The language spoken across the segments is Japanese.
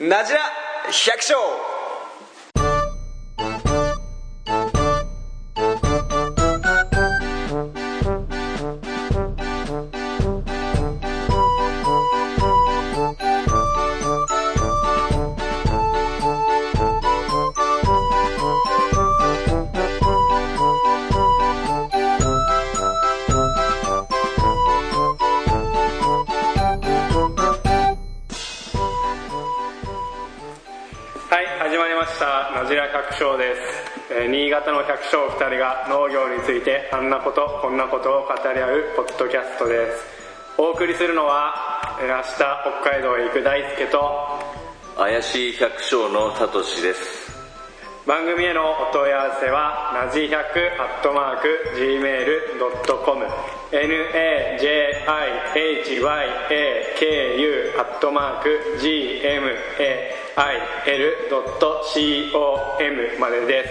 なじら百姓はい始まりました「なじら百姓」です、えー新潟の百姓2人が農業についてあんなことこんなことを語り合うポッドキャストですお送りするのは、えー明日北海道へ行く大輔と怪しい百姓のたとしです番組へのお問い合わせはなじ100アットマーク Gmail.com najihyaku アットマーク gmail.com までで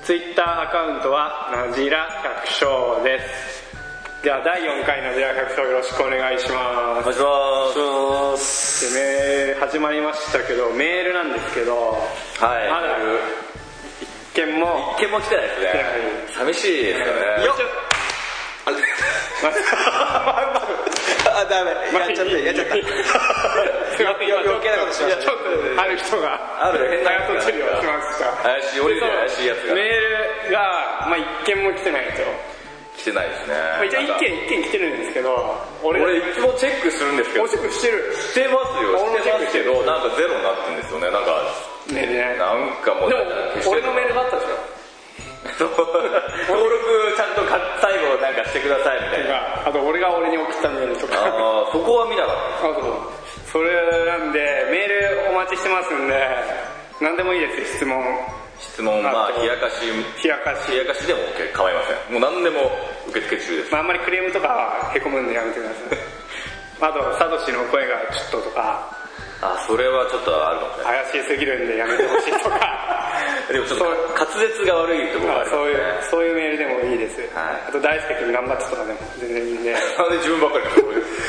すツイッターアカウントはなじら百姓ですでは第4回なじら百姓よろしくお願いしまお願いしますすで、ね、始まりましたけどメールなんですけどはいまだ一件も一件も来てないですね寂しいですよねよっあれあダメやっちゃったやっちゃった すいません今余計なことしましたいやちょっとある人がある変な早とちりをしました怪しい降りてる怪しいやつがメールが、まあ、一件も来てないんですよ、来てないですねまあ、一応一件一件来てるんですけど俺俺いつもチェックするんですけどもうチェックしてるしてますよ俺もしてまチェックすけしてどなんかゼロになってんですよねなんかねえねなんかもうでも消し俺てるのメールがあったでしょ 登録ちゃんとか最後なんかしてくださいみた いなあと俺が俺に送ったメールとかあーそこは見なかっあそうそれなんでメールお待ちしてますんで何でもいいです質問た質問まあ冷やかし冷やかし冷やかしでも OK 構いませんもう何でも受付中ですまあ、あんまりクレームとかはへこむんでやめてくださいあとサトシの声がちょっととかあそれはちょっとあるかもしれない怪しすぎるんでやめてほしいとか でもちょっと滑舌が悪いところがあるそういうそういうメールでもいいです、はいあと大輔君頑張ってとかでも全然いいんでなんで自分ばっかりなんだ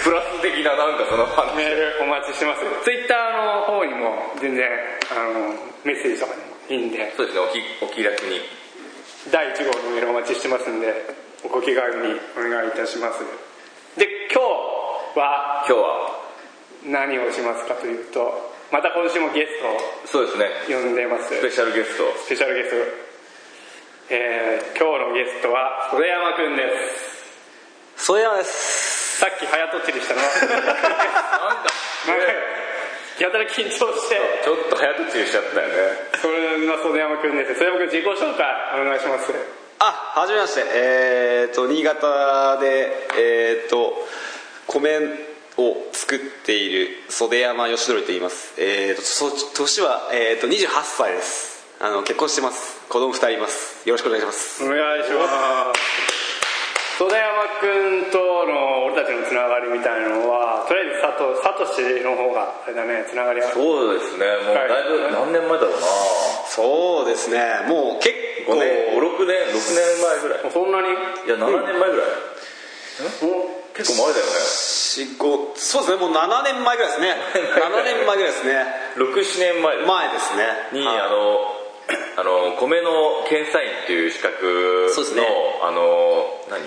プラス的ななんかその話メールお待ちしてますツイッターの方にも全然あのメッセージとかでもいいんでそうですねおきお気楽に第1号のメールお待ちしてますんでご気軽にお願いいたしますで今日は今日は何をしますかというとまた今週もゲストをそうですね呼んでますスペシャルゲストスペシャルゲスト、えー今日のゲストは袖山くんですそういうのですさっき早とちりしたのなんかやたら緊張してちょっと早口にしちゃったよねそれが袖山くんです袖山くん自己紹介お願いしますあはじめましてえっ、と新潟でえっ、と米を作っている袖山義則と言いますえっ、とそ年は、えー、と28歳ですあの結婚してます子供2人いますよろしくお願いしますお願いします袖山くんとの俺たちのつながりみたいなのはとりあえずサトサトシの方があれだねつながりがそうですねもうだいぶ何年前だろうなそうですねもう結5構年56年6年前ぐらいそんなにいや7年前ぐらいお結構前だよね四五そうですねもう7年前ぐらいです ね7年前ぐらいですね67年前です前ですねに、はいあのあの米の検査員っていう資格のそうですねあの何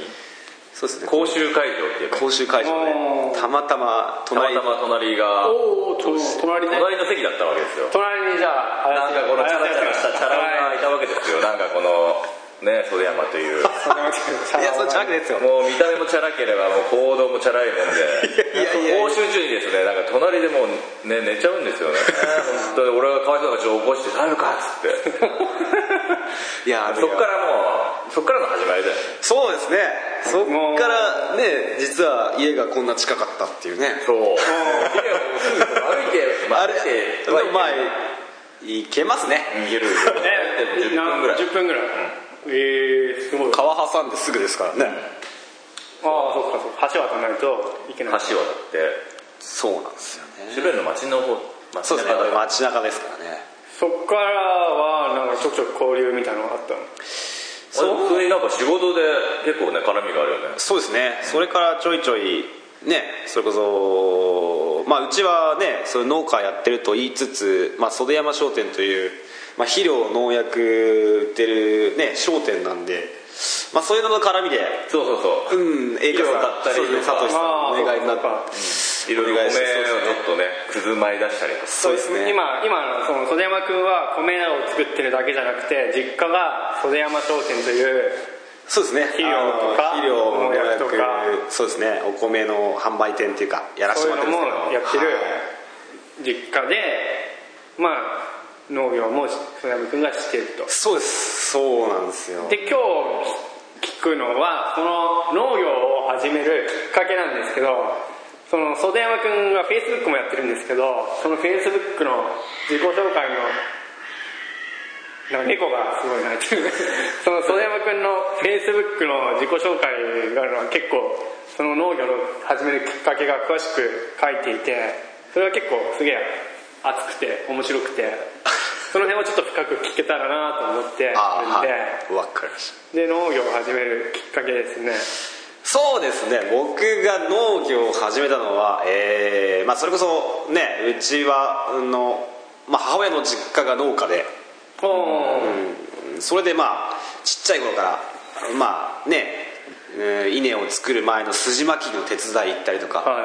そうですね講習会場っていうか講習会場でおーたまたまたま隣たま隣がおーと隣ね隣の席だったわけですよ隣にじゃああなんかこのチャラチャラしたチャラ男がいいたわけですよなんかこのね袖山といういやそれじゃなくてですよもう見た目もチャラければもう行動もチャラいもんでいやいやいや講習中にですねなんか隣でもうね寝ちゃうんですよね本当に俺がかわいそうだからちょっと起こして「帰るか」っつっていやそっからもうそっからの始まりだよねそうですねそっもうからね実は家がこんな近かったっていうねそういやもうすぐ歩いてまあ歩いてでもまあいけますね逃げる10分ぐらい10分ぐらいええすごいあ川挟んですぐですからねあそっかそっか橋渡らないといけ橋なを渡いってそうなんですよね渋谷の街の方街そうですね中だ街中ですからねそっからはなんかちょくちょく交流みたいなのがあったのそう普通になんか仕事で結構ね絡みがあるよねそうですねそれからちょいちょいねそれこそと、まあ、うちはねその農家やってると言いつつ、まあ、袖山商店という、まあ、肥料農薬売ってる、ね、商店なんで、まあ、そういうのの絡みでそうそうそううん栄華さん肥料買ったりそうですねとか聡さんお願いになってあーいろいろお願米をいしちますょっとねくず米出したりとかそうですね今今その袖山君は米を作ってるだけじゃなくて実家が袖山商店というそうですね肥料とあのか肥料農薬農薬とかそうですねお米の販売店っていうかやらせてそうもいうらってるんのもですけどやっはいてる実家でまあ農業も袖山君がしてるとそうですそうなんですよで今日聞くのはその農業を始めるきっかけなんですけどその袖山くんが Facebook もやってるんですけどその Facebook の自己紹介のなんか猫がすごい鳴いてる その袖山くんの Facebook の自己紹介があるのは結構その農業の始めるきっかけが詳しく書いていてそれは結構すげえ熱くて面白くてその辺をちょっと深く聞けたらなと思ってるんでああはいわかりましたで農業を始めるきっかけですねそうですね僕が農業を始めたのは、えーまあ、それこそねうちはあの、まあ、母親の実家が農家で、おおうんそれでまあちっちゃい頃からまあね、うん稲を作る前の筋巻きの手伝い行ったりとか、あは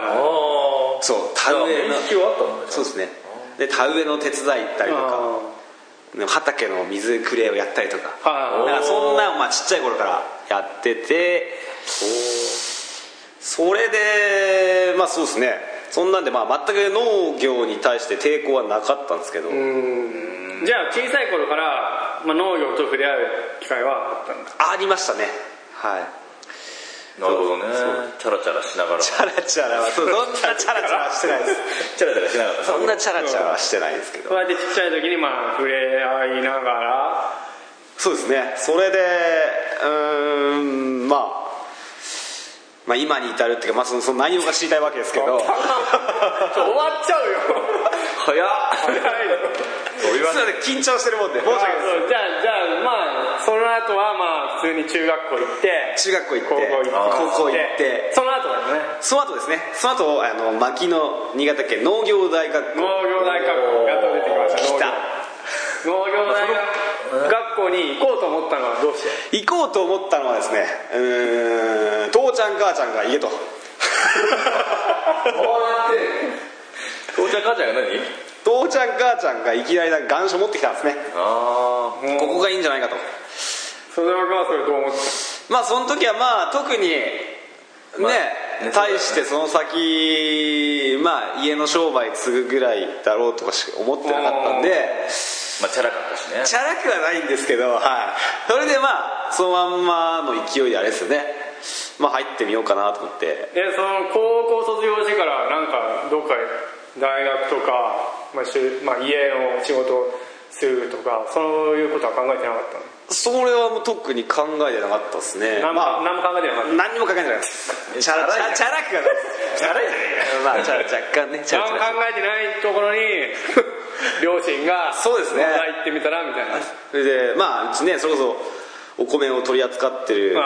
あそう田植えの面識はあったんだねそうですねで田植えの手伝い行ったいりとかあ畑の水くれをやったりとかーはいなんかそんなんまあちっちゃい頃からやっててそれでまあそうですねそんなんでまあ全く農業に対して抵抗はなかったんですけど、じゃあ小さい頃から、まあ、農業と触れ合う機会はあったんだありましたねはいなるほどねチャラチャラしながらチチャラチャラは そうそんなチャラチャラはしてないですャラチャラしながらそんなチャラチャラはしてないですけどそうやってちっちゃい時にまあ触れ合いなが らそうですねそれでうーんまあまあ今に至るっていうか、まあ、そのその内容が知りたいわけですけど終わっちゃうよ早っ 早いよすいません緊張してるもんで申し訳ないですそうじゃあじゃあまあその後はまあ普通に中学校行って中学校行って高校行って高校行ってその後だよねその後ですねその後あの牧野新潟県農業大学農業大学校が出てきました来た農業農業大学校に行こうと思ったのはどうして行こうと思ったのはですねうーん父ちゃん母ちゃんが家と父ちゃん母ちゃんが何父ちゃん母ちゃんがいきなりなんか願書持ってきたんですねああここがいいんじゃないかと袖山君はそれどう思ってまあその時はまあ特にまあねね対してその先まあ家の商売継ぐぐらいだろうとかしか思ってなかったんでまあチャラかったしねチャラくはないんですけど、はい、それでまあそのまんまの勢いであれですよねまあ入ってみようかなと思ってえその高校卒業してからなんかどっか大学とか、まあしゅまあ、家の仕事するとかそういうことは考えてなかったのそれはもう特に考えてなかったですね何も,、まあ何も考えてなかっ何にも考えてないですチャラチャラチャラくはないですチャラいじゃまあチャラ若干ねチたャラチャ何もラ考えてないと ころに両親がそうですねまた行ってみたらみたいなそれでまあうちねそれこそお米を取り扱ってる、ま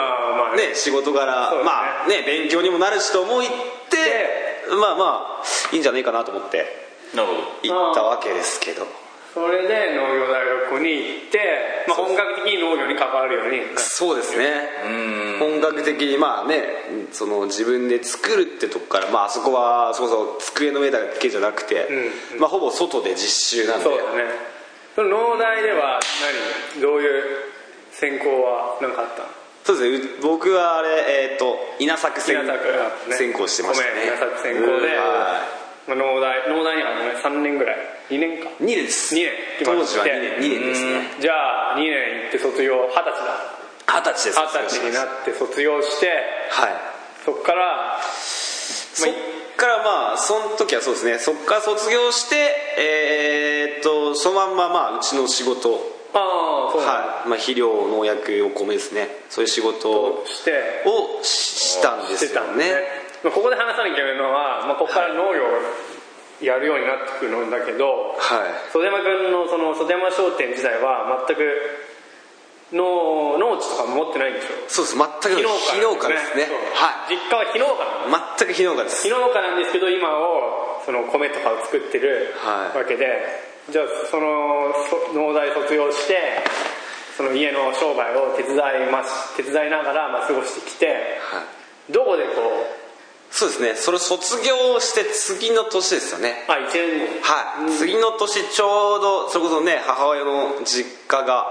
あまあね、仕事柄、そうですねまあね勉強にもなるしと思いってまあまあいいんじゃないかなと思ってなるほど行ったわけですけどそれで農業大学校に行って、まあ、本格的に農業に関わるようにそうですねうん本格的にまあねその自分で作るってとこから、まああそこはそれこそ机の上だけじゃなくて、うまあ、ほぼ外で実習なんでそうだねその農大では何どういう専攻は何かあったのそうですねう僕はあれえっ、と稲作専稲作ね専攻してましたねごめん稲作専攻でうんはいまあ農大農大にはね3年ぐらい2年か2年です二年当時は2年二二年ですねじゃあ2年行って卒業二十二十歳です歳だ二十歳になって卒業してはいそっからそっからまあその時はそうですねそっから卒業してえーっとそのまんままあうちの仕事ああそうなんだはい、まあ、肥料農薬お米ですねそういう仕事をしてししたんでしてすたんよだねねまあここで話さなきゃいけないのは、まあ、ここから農業をやるようになってくるんだけど、はい袖山君のその袖山商店自体は全く農農地とか持ってないんでしょそうです全く日非農家ですねはそう実家は非農家なのい全く非農家です非農家なんですけど今をその米とかを作ってるはいわけで、じゃあそのそ農大卒業してその家の商売を手伝いまし手伝いながらまあ過ごしてきて、はいどこでこうそうですねそれ卒業して次の年ですよねあ一年はい、次の年ちょうどそれこそね母親の実家が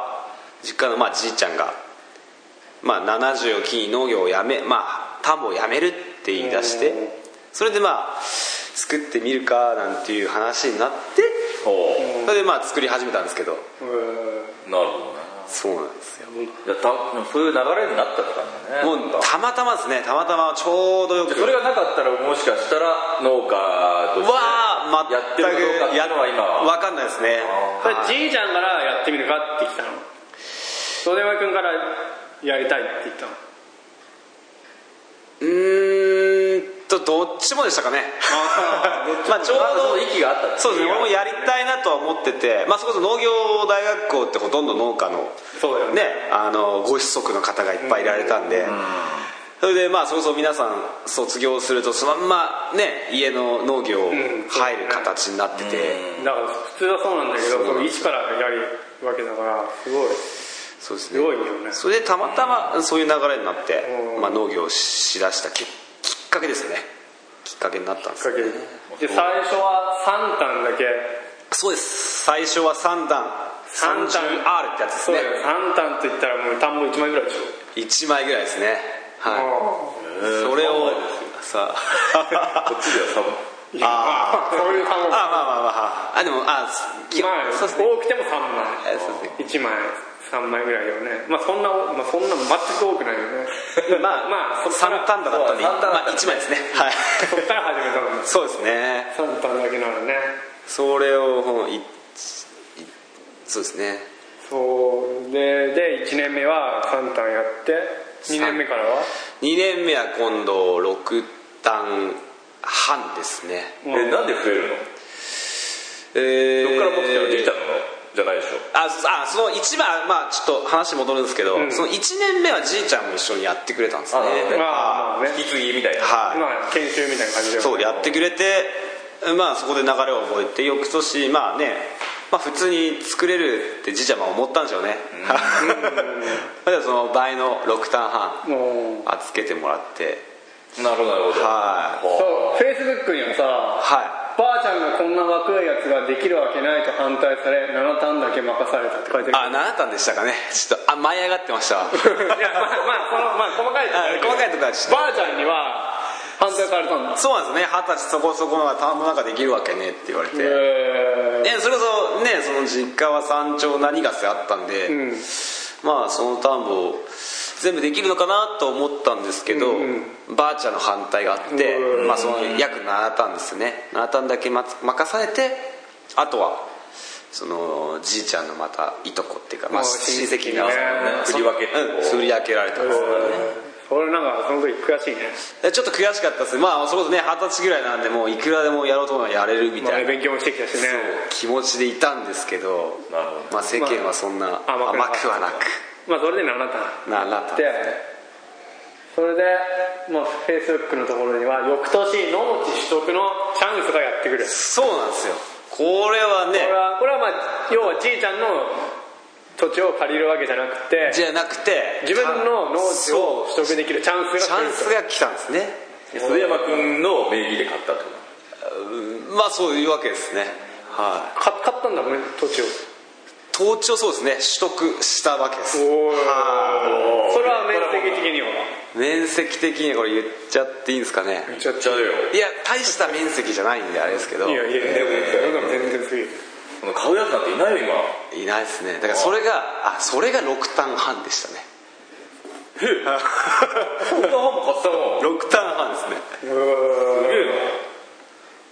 実家のまあじいちゃんが、まあ、70を機に農業をやめまあ田んぼをやめるって言い出してそれでまあ作ってみるかなんていう話になってほそれでまあ作り始めたんですけどうんうなるほどねそうなんですよいやたでもそういう流れになってたんだねもうなんかたまたまですねたまたまちょうどよくそれがなかったらもしかしたら農家としてわあやって全くるかどうかっていやうのは今はわかんないですねそれはいじいちゃんからやってみるかって来たの袖山君からやりたいって言ったのうーんとどっちもでしたかねあ まあちょうど息があったんだそうですね俺もやりたいなとは思ってて、まあ、それこそ農業大学校ってほとんど農家のそうだよねねあのご子息の方がいっぱいいられたんで、それでまあそれこそ皆さん卒業するとそのまんまね家の農業入る形になってて、だから普通はそうなんだけどその一からやるわけだからすごいそうですすねごいよねそれでたまたまそういう流れになって、うんまあ、農業をしだしたききっかけですねきっかけになったんですかけるで最初は3単だけそうです最初は3段三 30R 段ってやつですそうねだよ3単といったらもう単語1枚ぐらいでしょ1枚ぐらいですねはいあそれをさあこっちでは多分あ そういう単あま語あまあまああでもあ基本まあそうですね多くても3え枚そうですね1枚3枚ぐらいよねまあそんな、まあ、そんな全く多くないよねまあ まあそっから3単だったんでそう三段だまったんであ1枚ですねはいそっから始めたのねそうですね3単だけならねそれをほんいいそうですねそうでで1年目は3単やって2年目からは2年目は今度6単半ですねえなんで増えるのえーどっから持ってきたのじいちゃんのじゃないでしょあそあその1番まあちょっと話戻るんですけど、んその1年目はじいちゃんも一緒にやってくれたんですねあなるほどねまあまあね引き継ぎみたいなはい、まあ研修みたいな感じでそうやってくれてまあそこで流れを覚えて翌年まあね、まあ、普通に作れるってじいちゃんは思ったんでしょうね、 まあその倍の6単半もう預けてもらってなるほどなるほどはいほうそうフェイスブックにもさはばあちゃんがこんな若いやつができるわけないと反対され7単だけ任されたって書いているあ何単でしたかねちょっとあ舞い上がってました わいやまあまあこのまあ細かいとこあだけど細かいとこはちょっばあちゃんには反対されたんだとそうなんですよね二十歳そこそこの田んぼなんかできるわけねって言われて、へね、それこそねその実家は山頂何がせあったんで、んまあその田んぼを全部できるのかなと思ったんですけど、ばあちゃんの反対があって、まあ、その約7単ですね7単だけまつ任されてあとはそのじいちゃんのまたいとこっていうか、まあ、もう親親戚戚が、ねそ振り分けてうん振り分けられたんですよねー俺なんかその時悔しいねでちょっと悔しかったですねまあそれこそね二十歳ぐらいなんでもういくらでもやろうと思えばやれるみまあたいな勉強もしてきたしね気持ちでいたんですけどなるほどまあ、世間はそんなあ甘くな甘かったくはなくまあそれで7単ならなかったでそれでもうフェイスブックのところには翌年農地取得のチャンスがやってくるそうなんですよこれはこれねはこれはまあ要はじいちゃんの土地を借りるわけじゃなくてじゃなくて自分の農地をそう取得できるチャンスが来るチャンスが来たんですね袖山君の名義で買ったってこうんまあそういうわけですねはいか買ったんだもんね土地を統治をそうですね取得したわけですおーはとそれは面積的にはい面積的にはこれ言っちゃっていいんですかねめちゃくちゃだよいや大した面積じゃないんであれですけどいやいやいや全然すぎるその買うやつなんていないよ今いないですねだからそれがあそれが6単半でしたねそんなもん買ったもん6単半ですねすげえ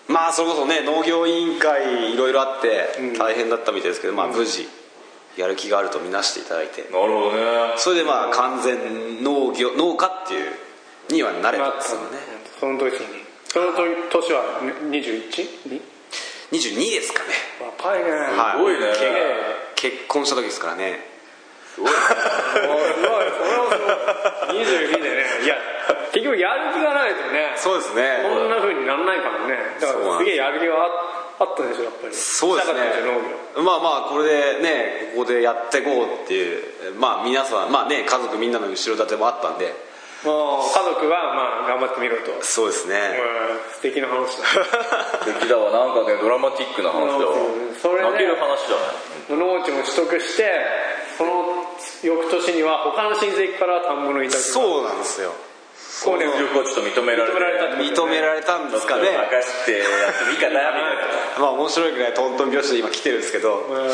なまあそれこそね農業委員会いろいろあって大変だったみたいですけど、まあ無事やる気があると見なしていただいてなるほどねそれでまあ完全農業農家っていうにはなれたんですよねその時にその年は 21? 22ですかね若いねはいすごいね結婚した時ですからねすごいすごいそれもすごい22でねいや結局やる気がないとねそうですねこんな風になんないからねだからすげえやる気がああったんでしょやっぱりそうですねしたかったんしょ農業まあまあこれでねここでやっていこうっていうまあ皆さんまあね家族みんなの後ろ盾もあったんでもう家族はまあ頑張ってみろ と、うん、そうですね、素敵な話だ素敵だわなんかねドラマティックな話だわそれね泣ける話だね農地も取得してその翌年には他の親戚から田んぼの委託そうなんですよこれを実力をちょっと認められて認められたって認められたんちょでっすとかね任してやってもいいかなみたいなまあ面白いぐらいトントン拍子で今来てるんですけどうん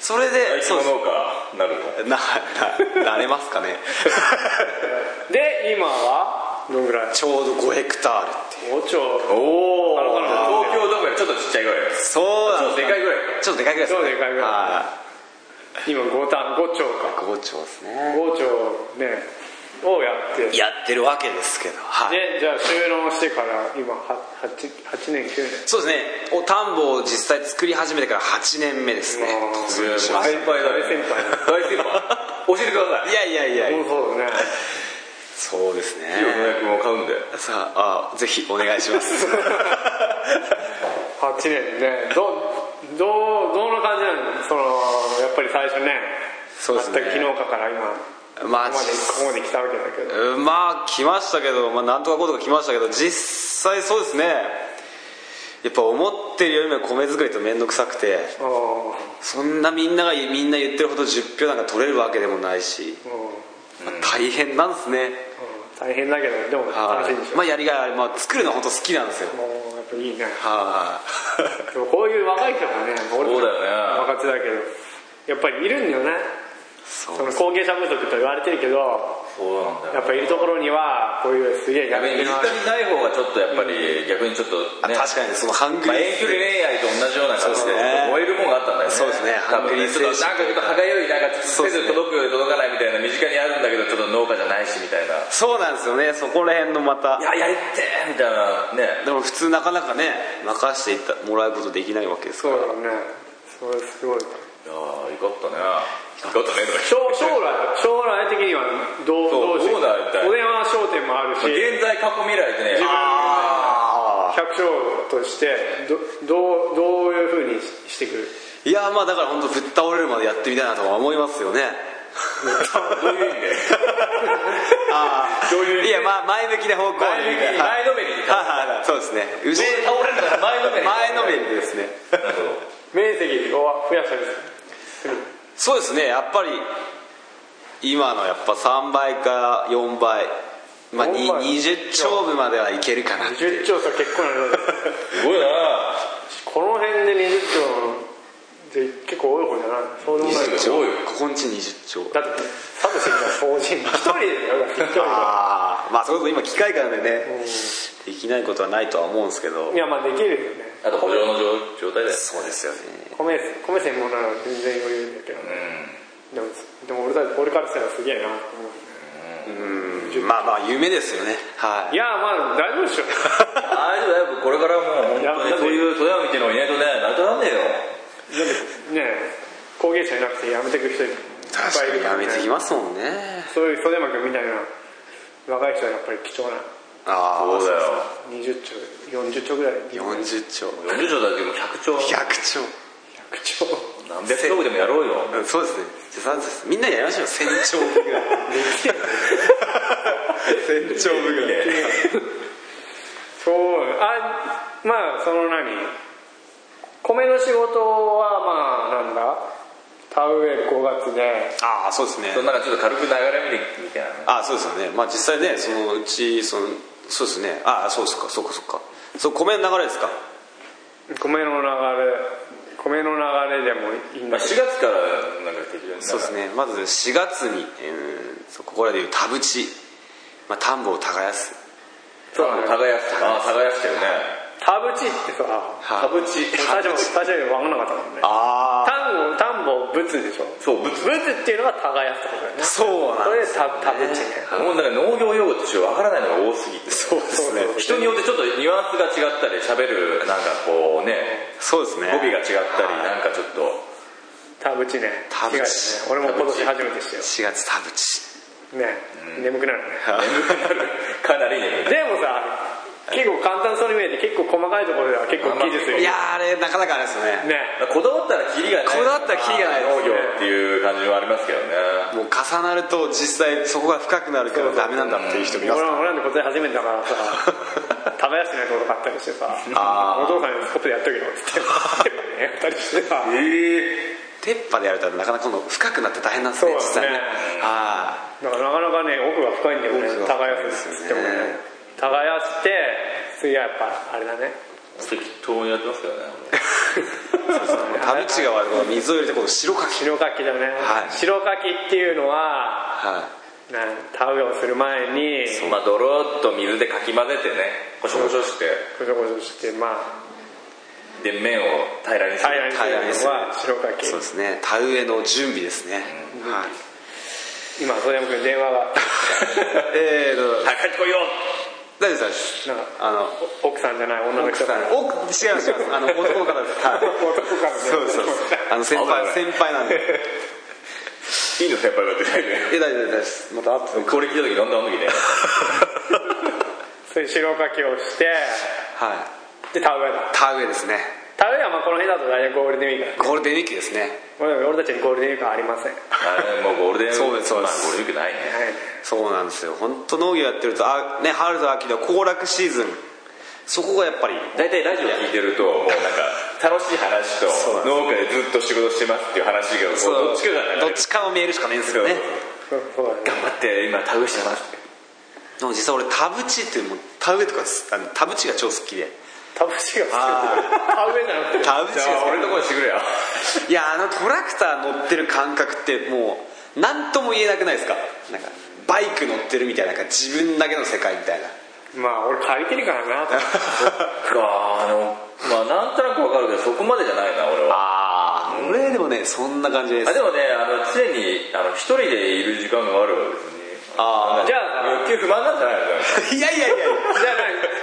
それでそうそでのかなるのすな ななれますかねで今はどんぐらいちょうど5ヘクタールっていう包丁おなるほど東京ドームよりちょっとちっちゃいぐらいですそうちなょんっとでですかいぐらいちょっとでかいぐらいですねちょっとでかいぐらいは今5単5丁かい5丁ですね包丁ねをやってやってるわけですけどはいでじゃあ就農してから今 8, 8年9年そうですねお田んぼを実際作り始めてから8年目ですねうわー突入しま大し先輩だね大先輩大先輩教えてくだたさい いやいやいやもうそうだねそうですねいいお役も買うんでさああぜひお願いします8年ねどうどうどうの感じなのそのやっぱり最初ねそうですね全く昨日かから今こまあこまでここまで来たわけだけどうんまあ来ましたけど、まあ、なんとかこうとか来ましたけど実際そうですねやっぱ思ってるよりも米作りって面倒くさくておーそんなみんながみんな言ってるほど10票なんか取れるわけでもないし、おーまあ大変なんですね、うん大変だけどでもは楽しいでしいょまあやりがいある、まあ、作るのは本当好きなんですよもうやっぱいいねはでもこういう若い人もね俺そうだよね若手だけどやっぱりいるんだよねいそそうの後継者不足と言われてるけどそうやっなんだよぱいるところにはこういうすげえ逆に水上のあるない方がちょっとやっぱり逆にちょっとあね確かにそのハングまあ、リー遠距離恋愛と同じような感そじでうですね燃えるもんがあったんだよねそうですね多分ねちょっとなんかちょっと歯がゆいなんかそう手ですでね届くようで届かないみたいな身近にあるんだけどちょっと農家じゃないしみたいなそうなんですよねそこら辺のまたいややりてえみたいなねでも普通なかなかね任していったもらうことできないわけですかそうらだねそれすごいいやーよかったねよかったねとか将将来将来的にはどうそうどうしよどうなりたいお電話商店もあるし現在過去未来ってねあ百姓としてどどうどういうふうにししてくるーいやまあだから本当ぶっ倒れるまでやってみたいなとは 思いますよねどういう意味でああどういう意味いや、まあ、前向きな方向前向きはい前のめりにはいはいはいそうですね後倒れるなら前のめり前のめりですねなるほど面積を増やしたりするそうですねやっぱり今のやっぱ3倍か4倍まあに4倍20兆部まではいけるかなって20兆と結構な量だよすごいなこの辺で20兆で結構多い方じゃないそうでもない20兆多いよここんち20兆だってサトシが法人一人でだよ一人でああまあそれこそ今機械からでねできないことはないとは思うんですけどいやまあできるよねあと補助の状状態だよそうですよね米米専門なら全然余裕だけどねでもでも俺たち俺からしたらすげえなと思ううんまあまあ夢ですよねはいいやまあ大丈夫でしょ あれだよこれからもう本当にそういう富山っていうのがいないとね成り立たねえよねえ後継者いなくてやめてく人いっ確ぱいいかるにからやねめてきますもんねそういう袖山君みたいな若い人はやっぱり貴重なあそうだよ20兆40兆ぐらい100 40兆40兆だけでも100兆100兆兆何百兆でもやろうようんそうですねじゃあそうですみんなでやりましょう1000兆 部ぐらい1000兆部ぐらいそうあまあその何米の仕事はまあなんだ田植え5月でああそうですねそんなのちょっと軽く流れ見てみたいなああそうですよねまあ実際ねそのうちそのそうですねああそうですかそうかそうかそう米の流れですか米の流れ米の流れでもいいんまだあ4け月からなんか適当にそうですねまず4月に、えーそうここらでいう田淵、まあ、田んぼを耕すそう耕すああ耕してるねど田淵ってさはい株地最初最初より分かんなかったもんねああ田んぼ田んぼぶつでしょそうぶぶつっていうのが耕すってことだよねそうそなんれでです田田淵ねもうなんか農業用語としてわからないのが多すぎてそうですね人によってちょっとニュアンスが違ったり喋るなんかこうねそうですね語尾が違ったりなんかちょっと田淵ね田淵違うですね俺も今年初めてでし4月田淵たよね、眠くなるねかなり眠 いでもさ結構簡単そうに見えて結構細かいところでは結構技術いいやーあれなかなかあれですよねねこだわったらキリがないこだわったらキリがないですね農業っていう感じはありますけどねもう重なると実際そこが深くなるからダメなんだっていう人もい俺ますも俺なんて今年初めてだからさ 耕してないところ買ったりしてさあーお父さんにスコップでやっとけよっつってやったりしてさええ鉄波でやるとなかなか今度深くなって大変なんですねそう実ですね際ねはだからなかなかね奥が深いんだよね奥が深い耕ですすっよねてもね耕して次はやっぱあれだね適当にやってますけどねい田淵川は水を入れて今度白かき白柿だね、はい白柿っていうのははなん田植えをする前にまあドローッと水でかき混ぜてねコショコショしてこそこそしてまあで麺を平らにす平らるにするのは白い柿そうですね田植えの準備ですねはい 今曽山君電話がえーと早く帰ってこいよ大丈夫ですなんかあの奥さんじゃない女の奥人さかんら奥違います違いますあの男の方ですはい男からねそうですそうですあの先輩先輩なんでいいの先輩が出ない ねえ大丈夫です大丈夫ですまたアップこれ聞いた時飲んだ時ねそういう白柿をしてはいで田植えだ田植えですね田植えはまあこの辺だと大体ゴールデンウィークゴールデンウィークですねだ俺俺たちにゴールデンウィークはありませんあれもうゴールデンそうですそうですまあゴールデンウィークないねそうなんですよ本当農業やってるとあ、ね、春と秋の行楽シーズンそこがやっぱり大体ラジオ聞いてるともうなんか楽しい話とそう農家でずっと仕事してますっていう話がもうどっちかがどなっんかちかを見えるしかないんですよねそうそうだね頑張って今田植えしてますってでも実際俺田淵ってもう田植えとかすあの田淵が超好きで田淵が好きだった田植えじゃなくて田淵じがゃあ好俺のとこにしてくれよきいやあのトラクター乗ってる感覚ってもう何とも言えなくないですかなんかバイク乗ってるみたいななんか自分だけの世界みたいなまあ俺借りてるか らなと思ってあのまあなんとなくわかるけどそこまでじゃないな俺はああ俺でもねそんな感じですあでもねあの常にあの一人でいる時間があるわ別にあーじゃあ欲求不満なんじゃないのか いやいやいやい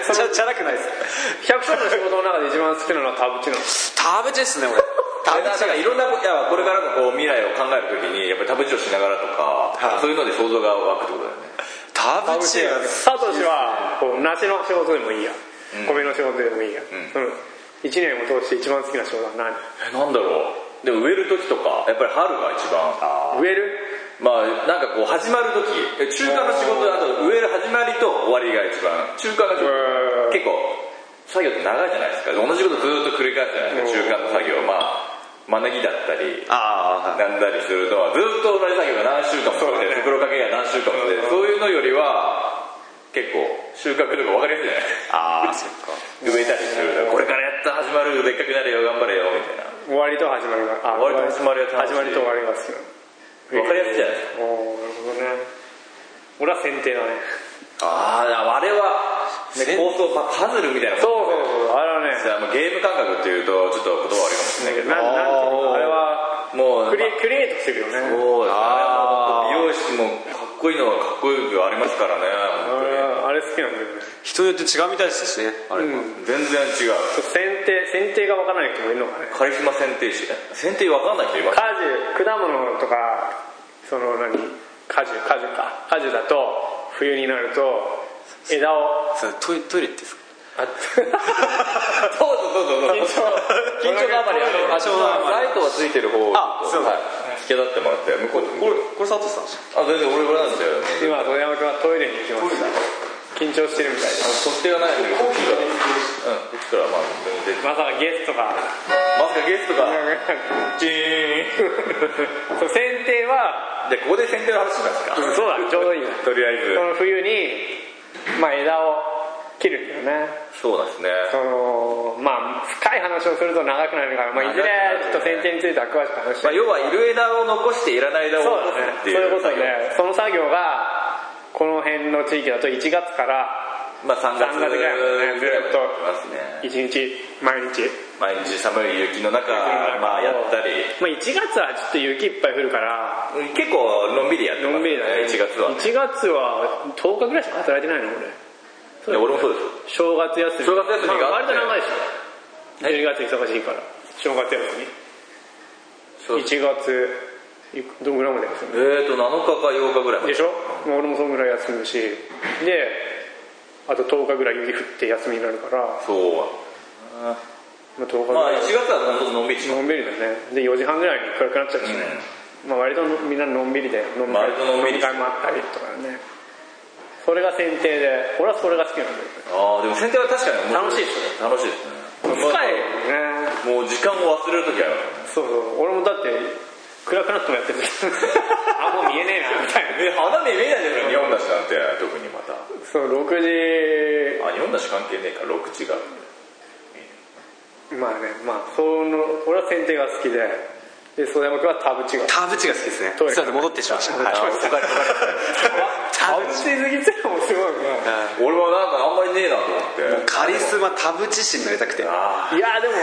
やじゃあないそちのゃちゃらくないです100社の仕事の中で一番好きなのは田淵なの田淵ですね俺田なだ淵からいろんなこといやこれからのこう未来を考えるときにやっぱり田淵をしながらとか、はいそういうので想像が湧くってことだよね田田淵淵がサトシはこう梨の仕事でもいいや、米の仕事でもいいや、その1年を通して一番好きな仕事は何えなんだろうでも植える時とかやっぱり春が一番植えるまあなんかこう始まる時え中間の仕事だと植える始まりと終わりが一番中間の仕へー事結構作業って長いじゃないですか同じことずっと繰り返すじゃないですか中間の作業まあ招きだったりああなんだりするのはずっと同じ作業が何週間もそうだ続いねて袋掛けが何週間も続いてそういうのよりは結構収穫とか分かりやすいじゃあないあそっか植えたりするこれからやっと始まるでっかくなれよ頑張れよみたいな終わりと始まりがあ終わりと始まりが楽しい始まりと終わりが好きな分かりやすいじゃないですかおおーなるほどね俺は剪定だねあああれは、ね、せん構想パパズルみたいなそううそうそうあれはねゲーム感覚っていうとちょっと言葉悪いかもしれないけどなんなんていうのあーあれはもうクリエクリエイトしてるよねそうですねあー美容師もかっこいいのはかっこよくありますからね俺はあれ好きなんだよね人によって違うみたいですしねあれ、うん全然違うそう剪定剪定が分からない人もいるのかねカリスマ剪定師剪定わかんない人いま果す樹果物とかその何果樹果樹か果樹だと冬になると枝をそれトイトイレってですかあそう そうそうそう緊張緊張があんまりあの緊張があんまりライトがついてる方あそうそうはい引き立ってもらって向こうでこれこれ佐藤さんでしあ全然俺これなんですよ今戸山君はトイレに行きました緊張してるみたいで取っ手がないんでこっちからうんこっちからまあ普通に出てまさかゲストがまさかゲストがチーンそう剪定はでここで剪定の話なんですかそうだちょうどいいよとりあえそずの冬に、まあ、枝を切るんだよねそうですねそのまあ深い話をすると長くなるから、まあ、いずれちょっと剪定については詳しく話してまあ、要はいる枝を残していらない枝をそう残だねすっそてういういうことねその作業がこの辺の地域だと1月からまあ3月三月ぐらいまでねぐらいまずでっとやってますね1日毎日毎日寒い雪の中まあやったりまあ、1月はちょっと雪いっぱい降るから結構のんびりやってますのんびりだね1月は1月は10日ぐらいしか働いてないの俺いや俺もそうです正月休み正月休みがあってまあ割と長いでしょ12月忙しいから正月休みそう1月いくどんぐらいまで休むえーと7日か8日ぐらいまででしょもう俺もそんぐらい休むしであと10日ぐらい雪降って休みになるから、まそうはあ、10日ぐまあらい1月はほんとのんびりしのんびりだねで4時半ぐらいに暗くなっちゃうしね、まあ、割とみんなのんびりで飲み割とのんびり飲み会もあったりとかねそれが選定で俺はそれが好きなんだよああでも剪定は確かに面白楽しいですね楽しいですね深いよねもう時間を忘れる時あるそうそう俺もだって暗くなってもやってる あもう見えねえなみたいなえ花見見えないじゃん日本だしなんて特にまたあそう6日本だし関係ねえから6時が時まあねまあその俺は剪定が好きでで曽山君は田淵がタブチが好きですねトイレすいません戻ってしまいましたはいあお疲れ様で田田淵好きすってのもすごいな 俺はなんかあんまりねえなと思ってカリスマ田淵氏になりたくてああいやでも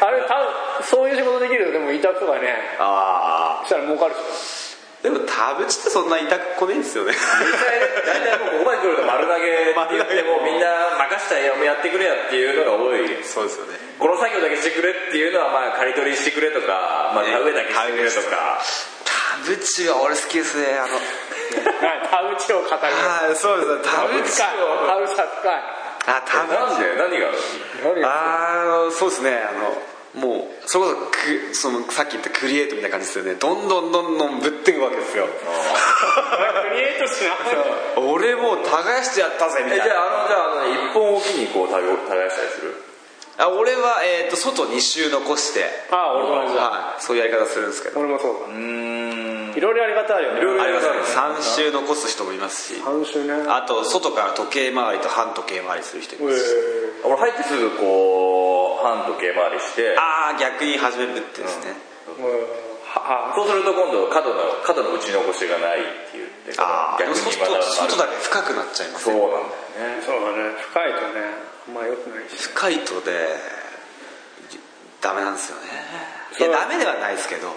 あれたそういう仕事できるよでも委託とかねあしたら儲かるし でも田淵ってそんな痛くこねえんですよね大体もうここまで来ると丸投げって言ってもうみんな任したらやってくれやっていうのが多い そうですよねこの作業だけしてくれっていうのはまあ刈り取りしてくれとか、まあ、田植えだけしてくれとか田淵は俺好きですねあのはい田淵を語るはいそうですね田田淵淵かを田淵扱いあ田淵なんで何が何がああそうですねあのもうそれこそくそのさっき言ったクリエイトみたいな感じですよねどんどんどんどんぶっていくわけですよクリエイトしな俺もう耕してやったぜみたえいじゃなああのじゃああの一本おきにこう耕耕したりするあ俺は、えー、と外2周残してああ俺と同じだはい、そういうやり方するんですけど俺もそううーんいろいろやり方あるよねろいろあやりりま方すあねる3周残す人もいますし半周ねあと外から時計回りと反時計回りする人いますしう俺入ってすぐこう半時計回りしてああ逆に始めぶってですね、んうんはそうすると今度角の角の打ち残しがないって言ってああで逆もに外まだ外だけ深くなっちゃいますそうねなんだよねそうだね深いとねあんまよくないし深いとでダメなんですよねいそうやダメではないですけどい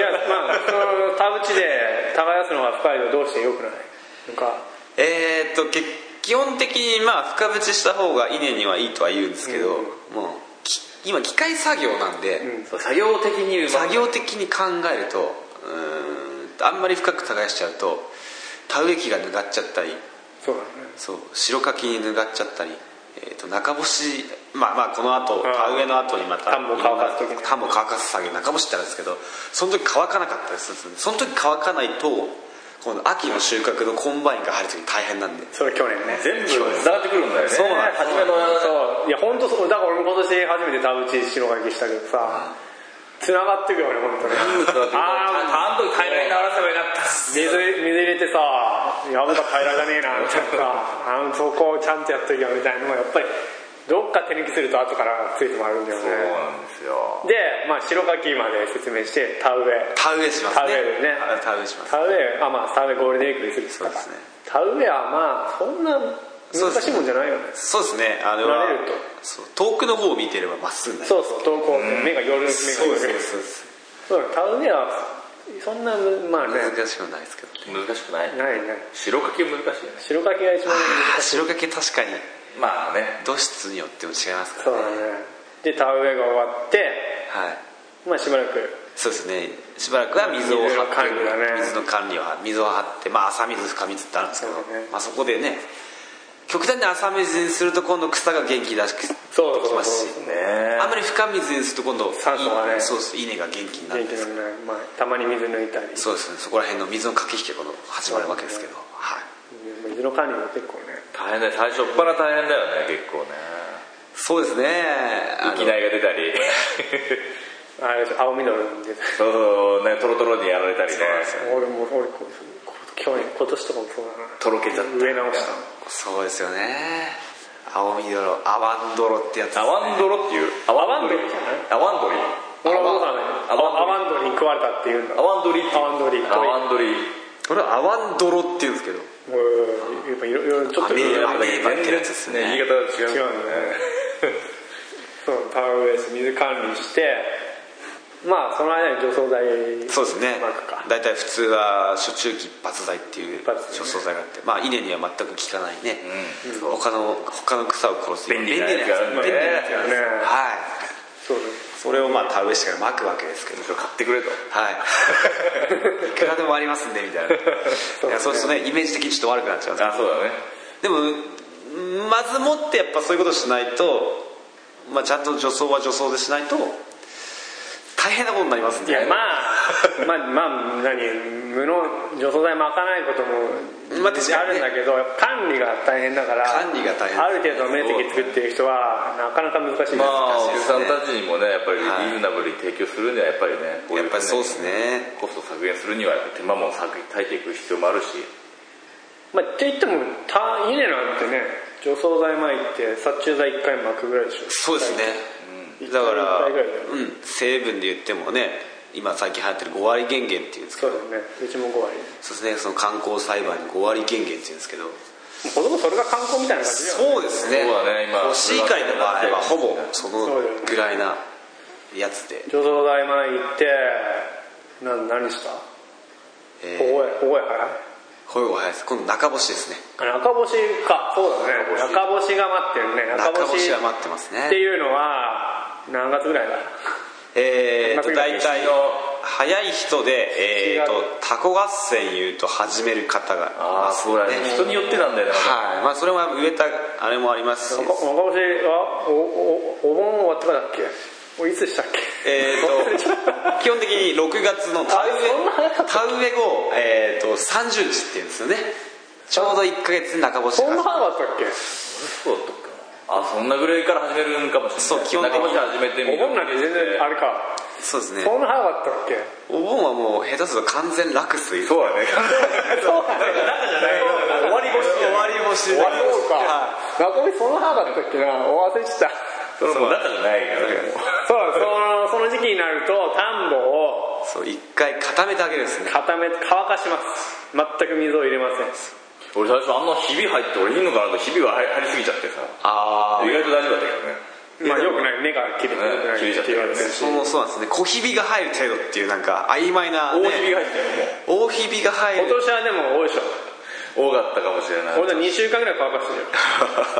やまあその田淵で耕すのが深いとどうしてよくないなんかえーっとけ基本的にまあ深縁した方が稲にはいいとは言うんですけど、もうき今機械作業なんで、そう作業的にうま作業的に考えるとうーんあんまり深く耕しちゃうと田植え機がぬがっちゃったりそうだねそう白柿にぬがっちゃったり、えー、と中干しまあまあこの後ん田植えの後にまた田んぼ乾かす時ね田んぼ乾かす作業中干しってあるんですけどその時乾かなかったりするんですよねその時乾かないとこの秋の収穫のコンバインが入る時大変なんでそれ去年ね全部繋がってくるんだよねそうなんです初めのそういや本当そうだから俺も今年初めて田淵白書きしたけどさ繋がってくよね本当にああの時平らにならせばよかった水水入れてさやぶた平らじゃねえなみたいなさあのそこをちゃんとやっときゃみたいなのがやっぱりどっか手抜きすると後からついてもあるんだよそうねなんですよで、まあ、白柿まで説明して田植え田植えします田ね植えねはい田植えします田植えあまあ田植えゴールデンウィークにすそうるですね田植えはまあそんな難しいもんじゃないよねそうですねあれは慣れるとそう遠くの方を見てればまっすぐになるそうそう遠くを目が夜目がそうですそうですそうです夜そうだね田植えはそんなまあね難しくはないですけどね難しくないないね白書き難しいよね白柿が一番あー白柿確かにまあね土質によっても違いますかそうらねだねで田植えが終わってはいまあしばらくそうですねしばらくは水を張水の管理っだてね水の管理は水を張ってまあ浅水深水ってあるんですけどそうだねまあ、そこでね極端に浅水にすると今度草が元気出してそうきそうますそしうねあんまり深水にすると今度酸素がねいそうそう稲が元気になる元ん気でのすない、まあ、たまに水抜いたりそうですねそこら辺の水の駆け引きが今度始まるわけですけど、はい水の管理も結構ね大変だよ最初っぱら大変だよね結構ねそうですねあの機内が出たりあれでしょ青緑に出てそうそうねトロトロにやられたりね俺も俺ここ去年今年とかもそうだなとろけちゃった植え直したそうですよね青みどろアワンドロってやつです、ね、アワンドロっていうアワンドリじゃないアワンドリ俺はそうだねアアワンワンドリに食われたっていうんだアワンドリアワンドリアワンドリこれはアワンドロって言うんですけどもうやっぱいろいろちょっとアメリ違うカね全然ですね言い方が違う そう田植えし水管理してまあその間に除草剤そうですねまくか大体普通は初中期一発剤っていう一発剤除草剤があって、まあ、稲には全く効かないね、他の他の草を殺す便利な便利なやつがあるんだね便利なやつねはいそうだねそれをまあ田植えしてからまくわけですけどそれ買ってくれとはいい くらでもありますんでみたいなそう,、いやそうするとねイメージ的にちょっと悪くなっちゃうんですけどあそうだねでもまずもってやっぱそういうことしないと、まあ、ちゃんと女装は女装でしないと大変なことになりますんいでやまあまあまあ何無の除草剤巻かないこともまああ確かにねるんだけど管理が大変だから管理が大変ある程度の面積作ってる人はなかなか難しいです、まあお難しいです客さねんたちにもねやっぱりリはいーズナブルに提供するにはやっぱりねこいやっぱりそうですねコスト削減するにはやっぱ手間も削ぎいていく必要もあるしまあ、って言ってもた稲なんてね除草剤巻いて殺虫剤1回巻くぐらいでしょそうですね、うんだから、一回ぐらいだようねん、成分で言ってもね今最近流行ってる5割減減っていうんですけそどうだよねうちも5割そうですねその観光栽培の5割減減っていうんですけどほとんどそれが観光みたいな感じだよそうねですねそうだね今コシヒカリの場合はほぼそのそうだよねぐらいなやつで、除草剤巻いてな何したえ保ー、護や保護やからほぼ早いです今度中干しですね中干しかそうだね中干しが待ってるね中中干干ししが待ってますねっていうのは何月ぐらいだえー、中とぐらい大体にの早い人で、えー、と違うタコ合戦いうと始める方がいまああすそうだね人によってなんだよねはいまあそれも植えたあれもありますし中中干しはおおお盆終わってからだっけおいつしたっけえー、と基本的に6月の田植えそんな早かっ田植え後、えー、と30日っていうんですよねちょうど1か月で中干しそんなが早かったっけそうだったっけなあそんなぐらいから始めるんかもしれそないう基本的に中腰始めておみる盆なんて全然あれかそうですねそんな早かったっけお盆はもう下手すると完全落水そうだねそうだね中じゃな い終わり干し終わり干し終わそうか中身そんな早かったっけなお忘れしたそれもう中じゃないからねそうそのその時期になると田んぼをそう一回固めてあげるんですね固め乾かします全く水を入れません俺最初あんなひび入って俺いいのかなとひびが入りすぎちゃってさあ意外と大丈夫だったけどねまあよくない目が切れてよくないって言われてるあしそのそうなんですね小ひびが入る程度っていうなんか曖昧な、大ね、ひびが入って大ひびが入今る年はでも多いでしょたよもう多かったかもしれない 俺ら2週間ぐらい乾かしてるよ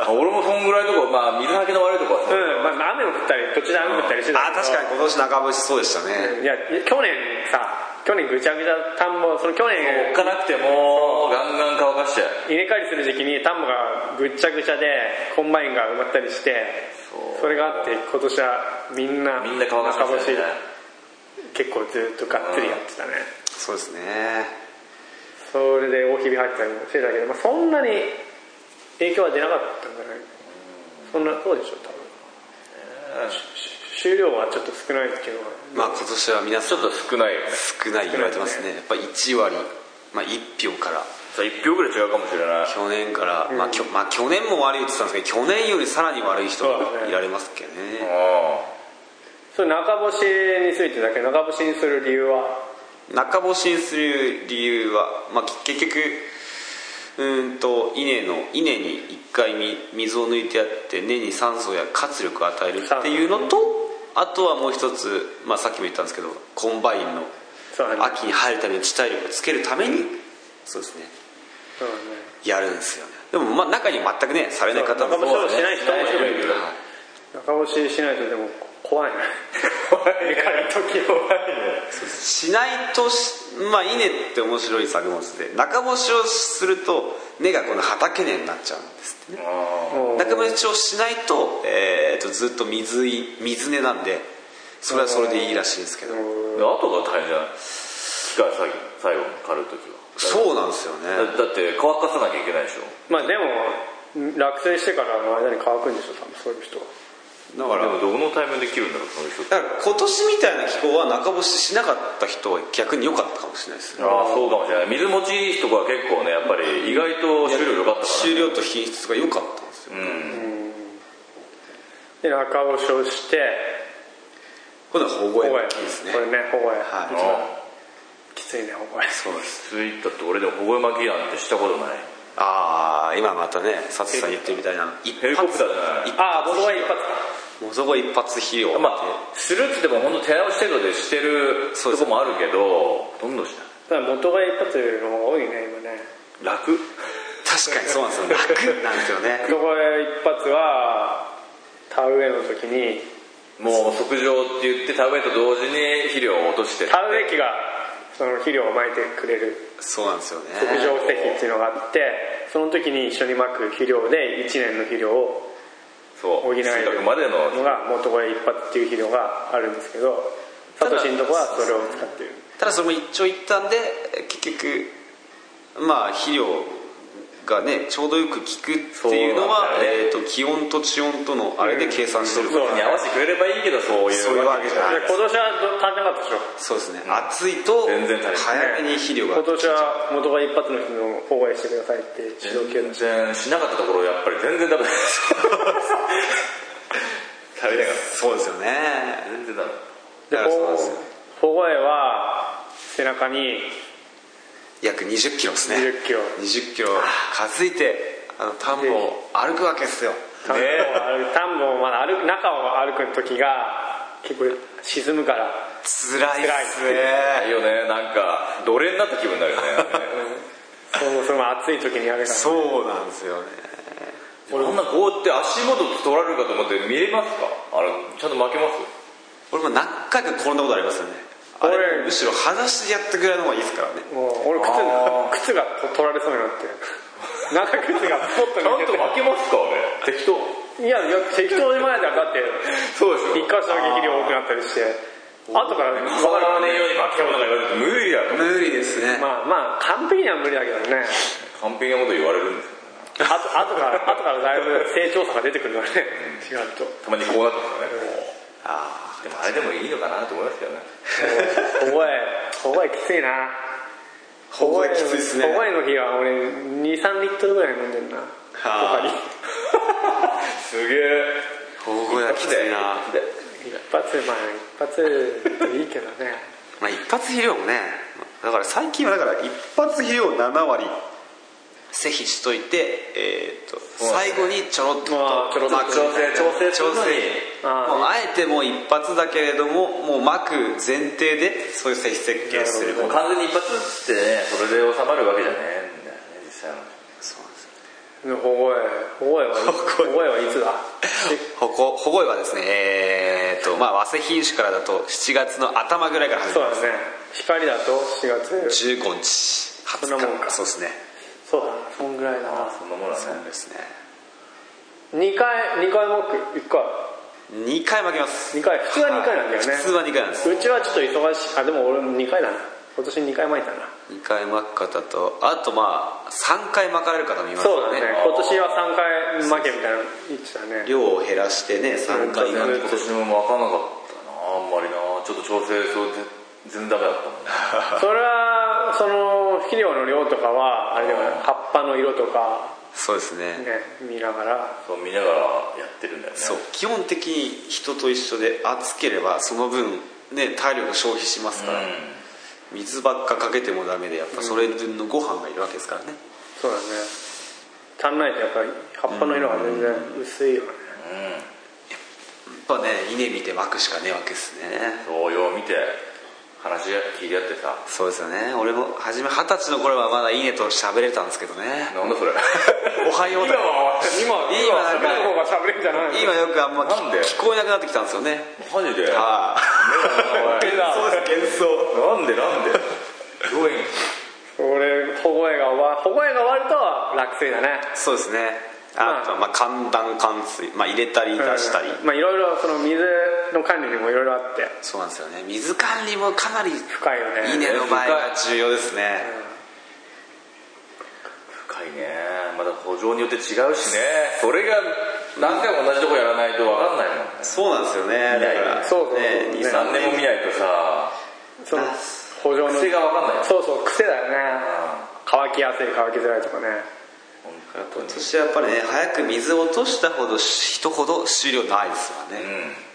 あ俺もそんぐらいのとこまあ水はけの悪いとこはうさんまあ雨も降ったり途中で雨降ったりしてたあ確かに今年中干しそうでしたね、にいや去年さ去年ぐちゃぐちゃ田んぼその去おっ年かなくてもガンガン乾かして稲刈りする時期に田んぼがぐっちゃぐちゃでコンバインが埋まったりしてそうそれがあって今年はみんなみんな乾かして中干しね結構ずっとがっつりやってたねそうですねそれで大ひび入ったりもしてたけど、まあ、そんなに影響は出なかったんじゃないそんなそうでしょ多分収量はちょっと少ないですけどまあ今年は皆ちさょんっと少ないよね少ない言われてますねやっぱ1割、まあ、1票からさあ1票ぐらい違うかもしれない去年から、まあきょまあ、去年も悪いって言ってたんですけど去年よりさらに悪い人そうだがねいられますけどねうそれ中干しについてだけど中干しにする理由は中干しにする理由は、まあ、き結局うーんと稲の稲に一回み水を抜いてやって根に酸素や活力を与えるっていうのとあとはもう一つ、まあ、さっきも言ったんですけどコンバインのそうだね秋に入るための地体力をつけるためにそうですねそうだねやるんですよねでもまあ中には全くねされない方もそう中干しをしない人もいるいる中干ししないとでも怖いね怖いね時も怖いねしないとしまあ稲って面白い作物で中干しをすると根がこの畑根になっちゃうんですってねもう中干しをしないと,、えー、とずっと水い水根なんでそれはそれでいいらしいんですけどんであとが大変じゃない機械詐欺最後に刈るときはそうなんですよだねだって乾かさなきゃいけないでしょまあでも落選してからの間に乾くんでしょ多分そういう人はだからでもどのタイミングで切るんだろうその人だから今年みたいな気候は中干ししなかった人は逆に良かったかもしれないですねああそうかもしれない水持ちいい人が結構ねやっぱり意外と収量良かったから収量と品質が良かったんですよ、で中干しをしてこれは保護保護園やきですねこれね保護や、はいああきついね保護やそうですスイートって俺でも保護巻きなんてしたことないああ今またねサツさん言ってるみたいな一ヘリコプターじゃない一ああ僕は一発かもうそこは一発肥料まあするっつっても本当手直し程度でしてるそうですとこもあるけどほとんどしなただ元が一発の方が多いね今ねい楽確かにそうなんですよ 楽なんですよね元が一発は田植えの時にもう測定って言って食べると同時に肥料を落として田植え機がその肥料をまいてくれるそうなんですよね牧場施肥っていうのがあってその時に一緒にまく肥料で1年の肥料をそう補える収穫までののが元小屋一発っていう肥料があるんですけどサトシのとこはそれを使ってるただそれも一長一短でえー結局まあ肥料がねちょうどよく効くっていうのはそうなんだよえー、と気温と地温とのあれで計算してるかそら、うに合わせてくれればいいけどそういうそういうわけじゃないで今年は足りなかったでしょそうですね暑いと全然足りない早めに肥料が今年は元が一発の人の保護してくださいって指導級全然しなかったところやっぱり全然ダメだ食べなかっそうですよねた全然ダメだからそうなん保ですよ保護へは背中に約2 0キロですね2 0キロ2 0キロ担いであの田んぼを歩くわけですよ田んぼを歩く田んぼをまだ歩く中を歩く時が結構沈むから辛いっすねいいよねなんか奴隷になった気分になるよねそもそも暑い時にやるからそうなんですよねこんなこうやって足元取られるかと思って見れますかあれちゃんと負けます俺も何回か転んだことありますよねあれ俺むしろ裸足でやったぐらいの方がいいですからねもう俺靴が靴が取られそうになって長靴がポッちゃと抜んけとて負けますかあれ適当いやいや適当に前ではだってそうでし一ょ箇所だけ肥料多くなったりして後からね変わらねえように負け物が言われて無理やろ無理ですねまあまあ完璧には無理だけどね完璧なこと言われるんですよあと後から後からだいぶ成長差が出てくるのね違うとたまにこうなってますよねあでもあれでもいいのかなと思いますけどね保護へ保護へきついなあほぼきついっすね保護への日は俺23リットルぐらい飲んでんなはあ他にすげえほぼやきついな一発まあ一発でいいけどねまあ一発肥料もねだから最近はだから一発肥料7割施肥しといて、えー、とうなんで最後にちょろっとまあちょろっとまく調整調整す調るのに整ああもうあえてもう一発だけれどももうまく前提でそういう施肥設計するもう完全に一発ってねそれで収まるわけじゃねえんだよね実際のそうなんですよ保護へ保護へはい保護へ保護へはいつだ保護保護医はですねえー、とまあ早稲品種からだと7月の頭ぐらいから始そうまだりますね光だと4月15日20日そんなもんかそうですねそうだなそんぐらいだなそんなものはそうねですね2回2回もく1回2回負けます2回普通は2回なんだよね、はい普通は2回なんですうちはちょっと忙しいあでも俺も2回だな今年2回巻いたな2回巻く方とあとまあ3回巻かれる方もいますそようだねね今年は3回負けみたいな言ってたね量を減らしてね3回巻く今年も分かんなかったなあんまりなちょっと調整そう全然ダメだった もんねそれはその肥料の量とかはあれでもね葉っぱの色とかそうですねね見ながらそう見ながらやってるんだよねそう基本的に人と一緒で暑ければその分ね体力消費しますから、う水ばっかかけてもダメでやっぱそれ分のご飯がいるわけですからね、そうだね足んないとやっぱり葉っぱの色が全然薄いよねん、うん、やっぱね稲見て巻くしかねえわけですねそうよう見て話聞いてやってさそうですよね俺も初め二十歳の頃はまだ稲と喋れたんですけどねなんだそれおはようだ今は今いい今わは喋る方が喋れんじゃないの今よくあんま聞なんで聞こえなくなってきたんですよねマジであおいダメだです幻想なんでなんでどういうん俺保護絵が終わ保護絵が終わると楽水だねそうですねまああとまあ寒暖寒水、まあ、入れたり出したり、うんまあいろいろその水の管理にもいろいろあってそうなんですよね水管理もかなり深いよね稲の場合は重要ですね深いねまだ補助によって違うしねそれが何回も同じとこやらないと分かんないもんそうなんですよねだからそうそうねそう二三何年も見ないとさその補助の癖が分かんないよそうそう癖だよね乾きやすい乾きづらいとかね本当にそしてやっぱりね早く水を落としたほど人ほど終了ないですよね、うん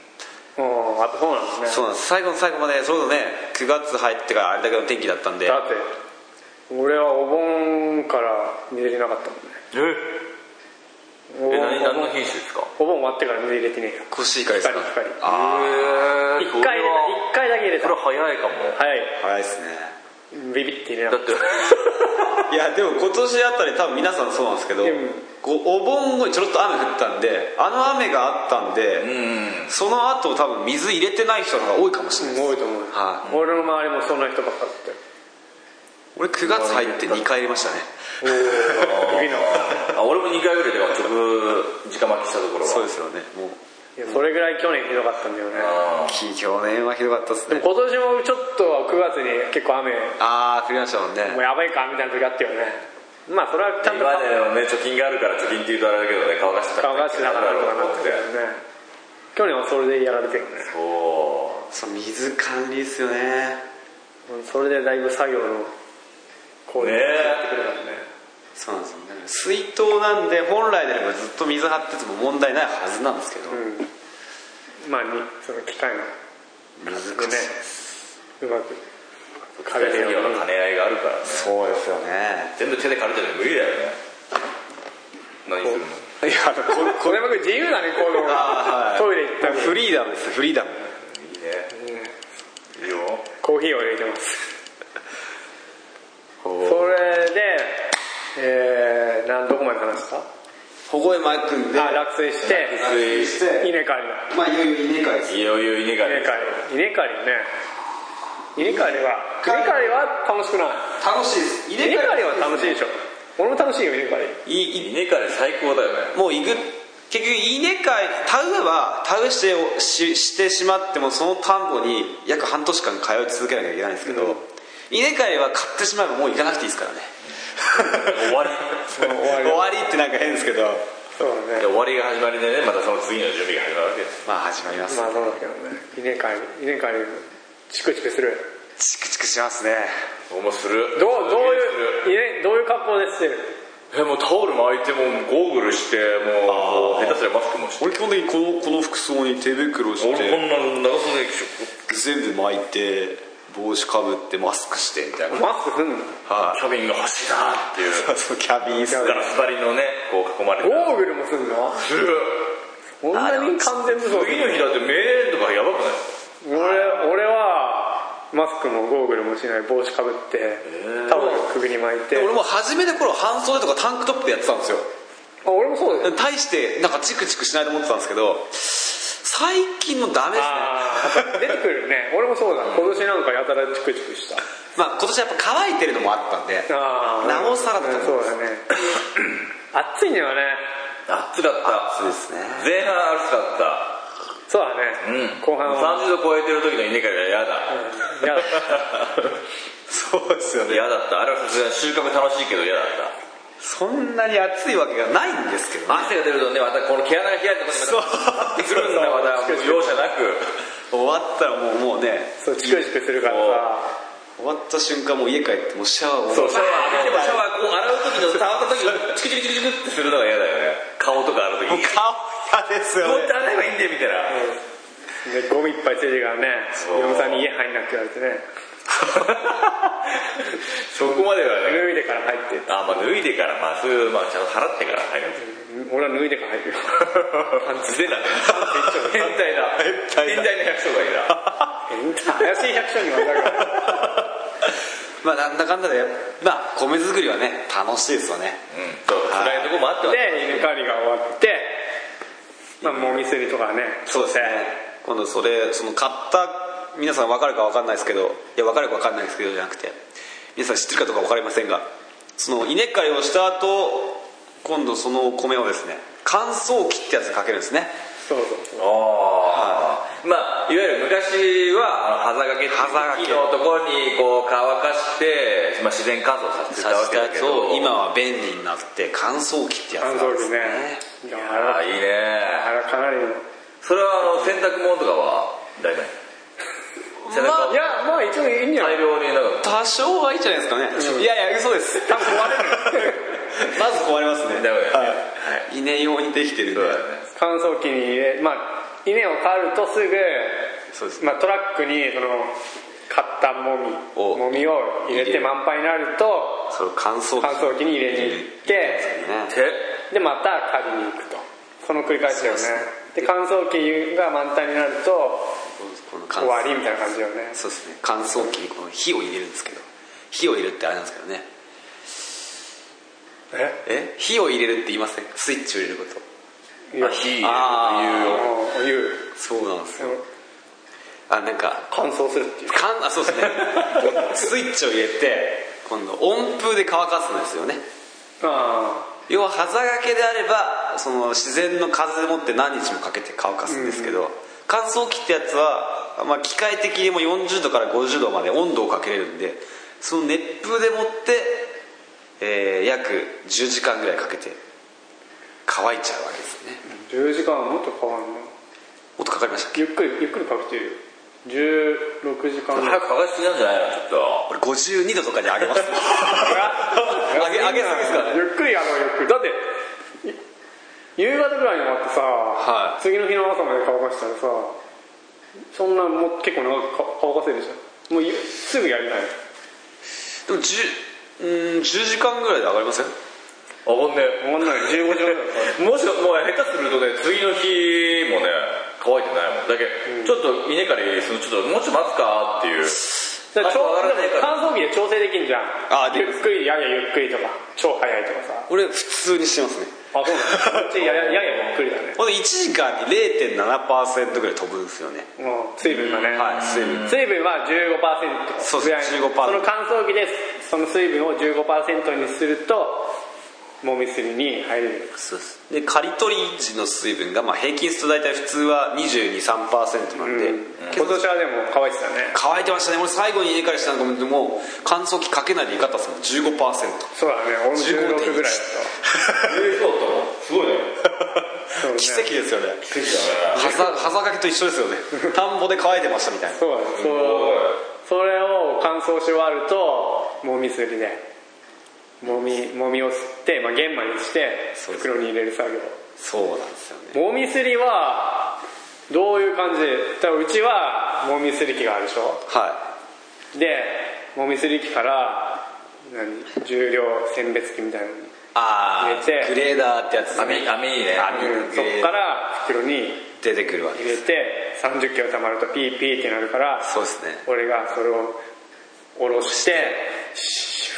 あとそうなんですそうなねんです最後の最後までちょうどね9月入ってからあれだけの天気だったんでだって俺はお盆から水入れなかったもんねうんおえ盆え何何おの盆品種ですかお盆終わってから水入れてねえよコシヒカリですか光光あえ一回入れた一回だけ入れこたれ早いかも早いあ早いですねビビって入れなだかっっていやでも今年あたり多分皆さんそうなんですけど、うんこうお盆後にちょろっと雨降ったんであの雨があったんで、うんその後多分水入れてない人の方が多いかもしれたないです多いと思う、は俺の周りもそんな人ばっかだって俺9月入って2回入れましたねお指のあ俺も2回ぐらいで結局直巻きしたところはそうですよねもういやそれぐらい去年ひどかったんだよねあーき去年はひどかったですでねも今年もちょっと9月に結構雨もああ降りましたもんねうやばいかみたいな時あったよねまあそれはちゃんと今ねね貯金があるから貯金っていうとあれだけどね乾かして顔がしなかったのかなってね去年はそれでやられてるねおおそう水管理ですよねそれでだいぶ作業の効率が上がってくるからねそうなんですよね水筒なんで本来であればずっと水張ってても問題ないはずなんですけど、うんまあにその機械の難しいでねうまく金れるようにの兼ね合いがあるからねそうですよね全部手で借りてるの無理だよね何するのいやここれ僕自由だね行動あーはがいトイレ行ったりフリーダムですフリーダムいいねいいよコーヒーを入れてますそこれでえー、なんどこまで話したう保護へ巻くんであ落水して水して稲刈りだまあいよいよ稲刈りですいよいよ稲刈稲り刈り稲刈りね稲刈りは稲刈りは楽しくない楽しいです稲刈りは楽しいでしょ俺も楽しいよ稲刈りいい稲刈り最高だよねもういぐ結局稲刈り田植えは田植えしておししてしまってもその田んぼに約半年間通い続けなきゃいけないんですけど、稲刈りは買ってしまえばもう行かなくていいですからね終わり終わり終わりってなんか変ですけど そうだねで終わりが始まりでねまたその次の準備が始まるわけですまあ始まります、まあそうだけどね稲刈り稲刈りチクチクするチクチクしますねおもするどうどういう稲どういう格好でしてるえもうタオル巻いてもうゴーグルしてもう下手すりゃマスクもして俺基本的にこのこの服装に手袋し俺こんな長袖でしょ全部巻いて帽子かぶってマスクしてみたいなマスクすんのはいキャビンが欲しいなっていうそう そうキャビン椅子ガラス張りのねこう囲まれてゴーグルもすんのするこんなに完全武装次の日だってメールとかやばくない俺俺はマスクもゴーグルもしない帽子かぶってタオルを首に巻いて俺も初めの頃半袖とかタンクトップでやってたんですよあ俺もそうだよ大してなんかチクチクしないと思ってたんですけど最近のダメですねあー出てくるね俺もそうだ今年なんかやたらチクチクした まあ今年やっぱ乾いてるのもあったんであーなおさらだと思いそうますだね 暑いんだよね暑かったそうですね前半暑かったそうだね、後半は30度超えてる時の稲刈りは嫌だいやそうですよ嫌だったあれは普通に収穫楽しいけど嫌だったそんなに暑いわけがないんですけどね汗が出るとねまたこの毛穴が開いてまそうたってくるんだまたもう容赦なく終わったらもうもうねそうチクチクするから終わった瞬間もう家帰ってもうシャワーをそうシャワーでもシャワーこう洗う時の触った時のチクチクチクチクってするのが嫌だよね顔とか洗もうう時に顔嫌ですよどうやっねて洗えばいいんだよみたいなさでゴミいっぱいついてるからねそう嫁さんに家入んなって言われてねそこまではね脱いでから入ってあまあ脱いでからまあそういうまあちゃんと払ってから入る ん俺は脱いですよでから入るよパンツでだね変態だ変態だ 変態の百姓が怪いいなしい百姓にはだからまあなんだかんだでまあ米作りはね楽しいですよねうんそう辛いとこもあってはで稲刈りが終わってまあもみすりとかねそうですね今度それその買った皆さん分かるか分かんないですけどいや分かるか分かんないですけどじゃなくて皆さん知ってるかどうか分かりませんがその稲刈りをした後今度そのお米をですね乾燥機ってやつかけるんですねそうそうそうああまあいわゆる昔はあの端掛けっていう木のところにこう乾かして、まあ、自然乾燥させてたわけだけどを今は便利になって乾燥機ってやつ乾なん燥で機すねねいやあああいいねれかなりそれはあの洗濯物とかは大丈夫洗濯いやまあ一応いいんじゃな大い量になんか多少はいいんじゃないですかね、いやいや嘘です多分壊れる まず壊れますねダメだよねはい稲用にできてるんでそうだよね乾燥機に入れまあ稲を刈るとすぐそうですまあトラックにその刈ったもおみもみを入れ入れてる満杯になるとそれを乾燥機乾燥機に入れに行ってね手でまた刈りに行くとその繰り返しだよねで乾燥機が満タンになるとこの乾終燥わりみたいな感じだよねそうですね乾燥機にこの火を入れるんですけど火を入れるってあれなんですけどねええ火を入れるって言いませんスイッチを入れることいやあ火あー言うよあー言うそうなんですでよもあなんか乾燥するっていうかんあそうです ねスイッチを入れて今度温風で乾かすんですよねあ要は端掛けであればその自然の風でもって何日もかけて乾かすんですけど、乾燥機ってやつは、まあ、機械的にもう40度から50度まで温度をかけれるんでその熱風でもって、えー約10時間ぐらいかけて乾いちゃうわけですねあ10時間はもっと変わるの音かかりましたっけゆっくりゆっくりかけてるよ16時間 ぐらい早く乾かしすぎなんじゃないのちょっ俺52度とかに上げます 上げ上げすぎですからねゆっくりやろうゆっくりだって夕方ぐらいに終わってさ、はい次の日の朝まで乾かしたらさそんなもう結構長くか乾かせるじゃんもうゆすぐやりたいでも10うん10時間ぐらいで上がりませんと上がんね終わんない15時間ぐらいかかるもしもう下手するとね次の日もね乾いてないもんだけど、ちょっと稲刈りそのちょっともうちょっと待つかってい うだからあと上がらないでもから乾燥機で調整できんじゃんあでゆっくりややゆっくりとか超早いとかさ俺普通にしてますねあそ うなんだこっちややややゆっくりだねほんで1時間に0.7%ぐらい飛ぶんですよねもう水分がね、はい水分水分は15%そうぐらい15%その乾燥機でその水分を15%にするともみすりに入れるで刈り取り時の水分がまあ平均すると大体普通は223%なんで、け今ど年はでも乾いてたね乾いてましたね俺最後に稲刈りしたのでもう乾燥機かけないでいかったっすもん15%そうだね俺も16ぐらいだっすごいねたそうね奇跡ですよね奇跡だねはざはざかけと一緒 ですよね田んぼで乾いてましたみたいなそうだねそうそれを乾燥し終わるともみすりでもみもみを吸って、まあ、玄米にしてそうです袋に入れる作業そうなんですよねもみすりはどういう感じでだからうちはもみすり機があるでしょはでもみすり機から何重量選別機みたいなのにいあ入れあグてレーダーってやつ網網いいね網うんグそレっーダーから袋に出てくるわけ入れて3 0キロたまるとピーピーってなるからそうですね俺がそれを下ろして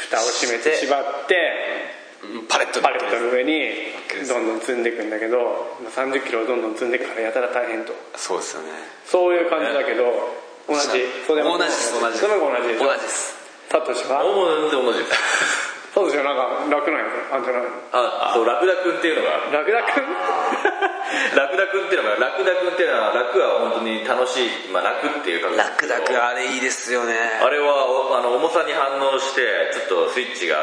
蓋を閉めてして縛ってうんパレットにパレットの上にですどんどん積んでいくんだけど3 0キロをどんどん積んでいくからやたら大変とそうですよねそういう感じだけど同じ同袖もじです同じです袖も同じでしょ同じですサトシはもう全然同じですサトシはなんか楽なんやあんじゃないのあそうラクダ君っていうのがラクダ君ラクダ君っていうのがラクダ君っていうのは楽は本当に楽しい、まあ、楽っていう感じラクダクあれいいですよねあれはおあの重さに反応してちょっとスイッチが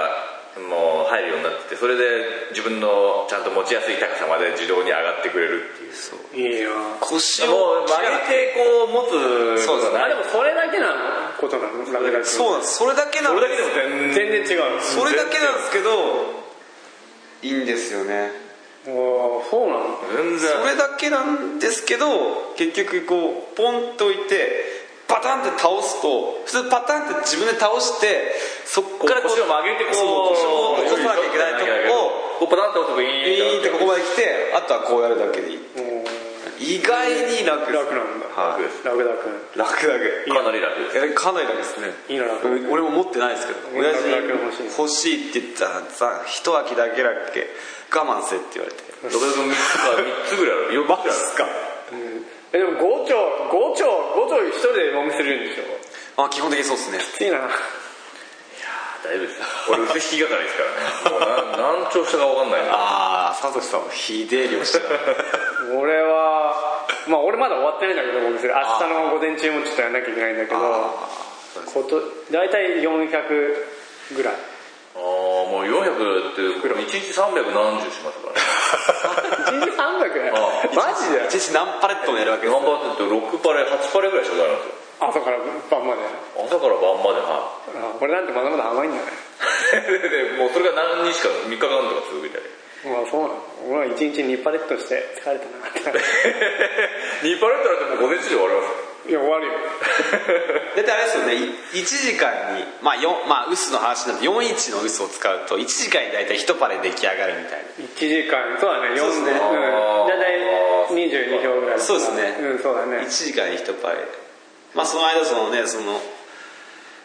もう入るようになっててそれで自分のちゃんと持ちやすい高さまで自動に上がってくれるっていうそう いいよ腰もをう曲げてこう持つそうですああれでももそれだけなのことなのラクダ君そうなんですそれだけなそんれでだすけでも全全然然違うのそれだけなんですけどいいんですよねおーそうなの全それ然だけなんですけど結局こうポンと置いてパタンって倒すと普通パタンって自分で倒してそっからこう腰を曲げてこうそう腰を起こさなきゃいけないとこをこをこうパタンと落とピすとーンってここままで来てあとはこうやるだけでいいおー意外に楽楽なんだはいラクダ楽楽かなり楽ですいやかなり楽ですねいいの楽うん俺も持ってないですけどいいの親父楽々欲しい欲しいって言ったらさ一秋だけだっけ我慢せって言われてラクダ君3つぐらいある4つぐらいあるすか君、うん、えでも5丁5丁5丁一人でもみするんでしょあ基本的にそうですねきついな大丈夫ですよ俺薄引き係ですからねもうな何兆したか分かんないなああサトシさんはひでえ量してた 俺はまあ俺まだ終わってないんだけどもみする明日の午前中もちょっとやんなきゃいけないんだけどあこと大体400ぐらいああもう400って1日370しますからね1日300あマジでー一日何パレットもやるわけです頑張ってて6パレ8パレぐらいしかないんです朝から晩までよ朝から晩まではあ俺なんてまだまだ甘いんだねいでもうそれが何日か3日間とか続いたりまあそうなの俺は1日2パレットして疲れた なって2パレットなんてもう午前中で終わりますよいや終わ るよ大体あれですよね1時間にまあ4まあ薄の話になると41の薄を使うと1時間に大体1パレ出来上がるみたいな1時間そうだねそう4ですねでうん大体22票ぐらいそうですねうんそうだね1時間に1パレまあその間そのねその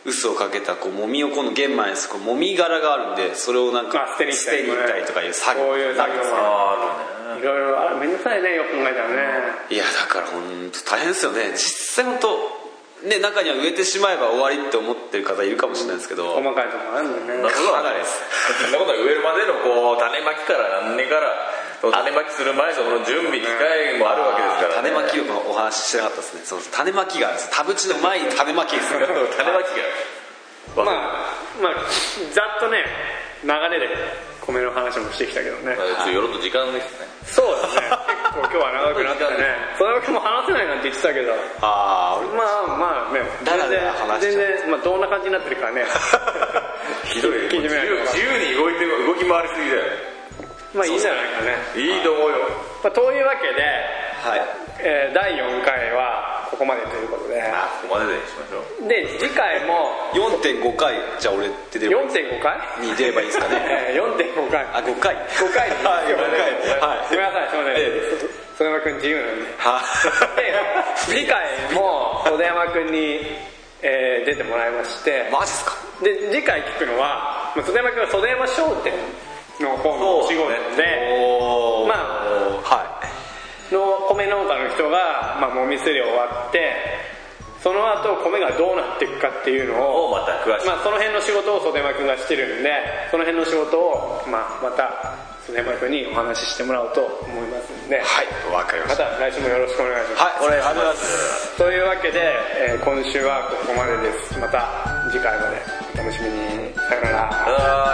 薄をかけたこうもみを今度玄米ですこうもみ殻があるんでそれをなんかまあ捨てに行ったりに行ったりとかいう作業こういう作業ですねあるねいろいろあるめんどくさいねよく考えたらねいやだから本当大変ですよね実際本当ね中には植えてしまえば終わりって思ってる方いるかもしれないですけど細かいとこあるんだよねかなりですそんなことは植えるまでのこう種まきから何年からその種まきする前のその準備機会もあるわけですから、種ね、まきをこのお話ししてなかったですねそう種まきがあるんです田淵の前に種まきですね種まきがまあまあざっとね流れで米の話もしてきたけどねまあちょっとよろっと時間ですねそう だね結構今日は長くなったねそれだけも話せないなんて言ってたけどああまあまあねだらだら話し全ちゃう然全然、まあ、どんな感じになってる かねひどい聞いてみ自ない由と自由に動いて動き回りすぎだよまあいいんじゃないかね、いいと思うよまあ、というわけで、はいえー第4回はここまでということであここまででにしましょうで次回も4.5回じゃあ俺って出ればいい4.5回に出ればいいですかねえー4.5回あ5回5回に はい5回ごめんなさいすいません、え曽根山君自由なんではいで次回も曽根山君に、えー出てもらいましてマジっすかで次回聞くのはまあ曽根山君は曽根山商店の方のお仕事そうでおーまはいの米農家の人が、まあ、もみすり終わってその後米がどうなっていくかっていうのをもうまた詳しく、まあ、その辺の仕事を袖間君がしてるんでその辺の仕事を、まあ、また袖間君にお話ししてもらおうと思いますんで、はいわかりまましたた来週もよろしくお願いします、はいお願いしますというわけで、えー今週はここまでですまた次回までお楽しみにさよならはーい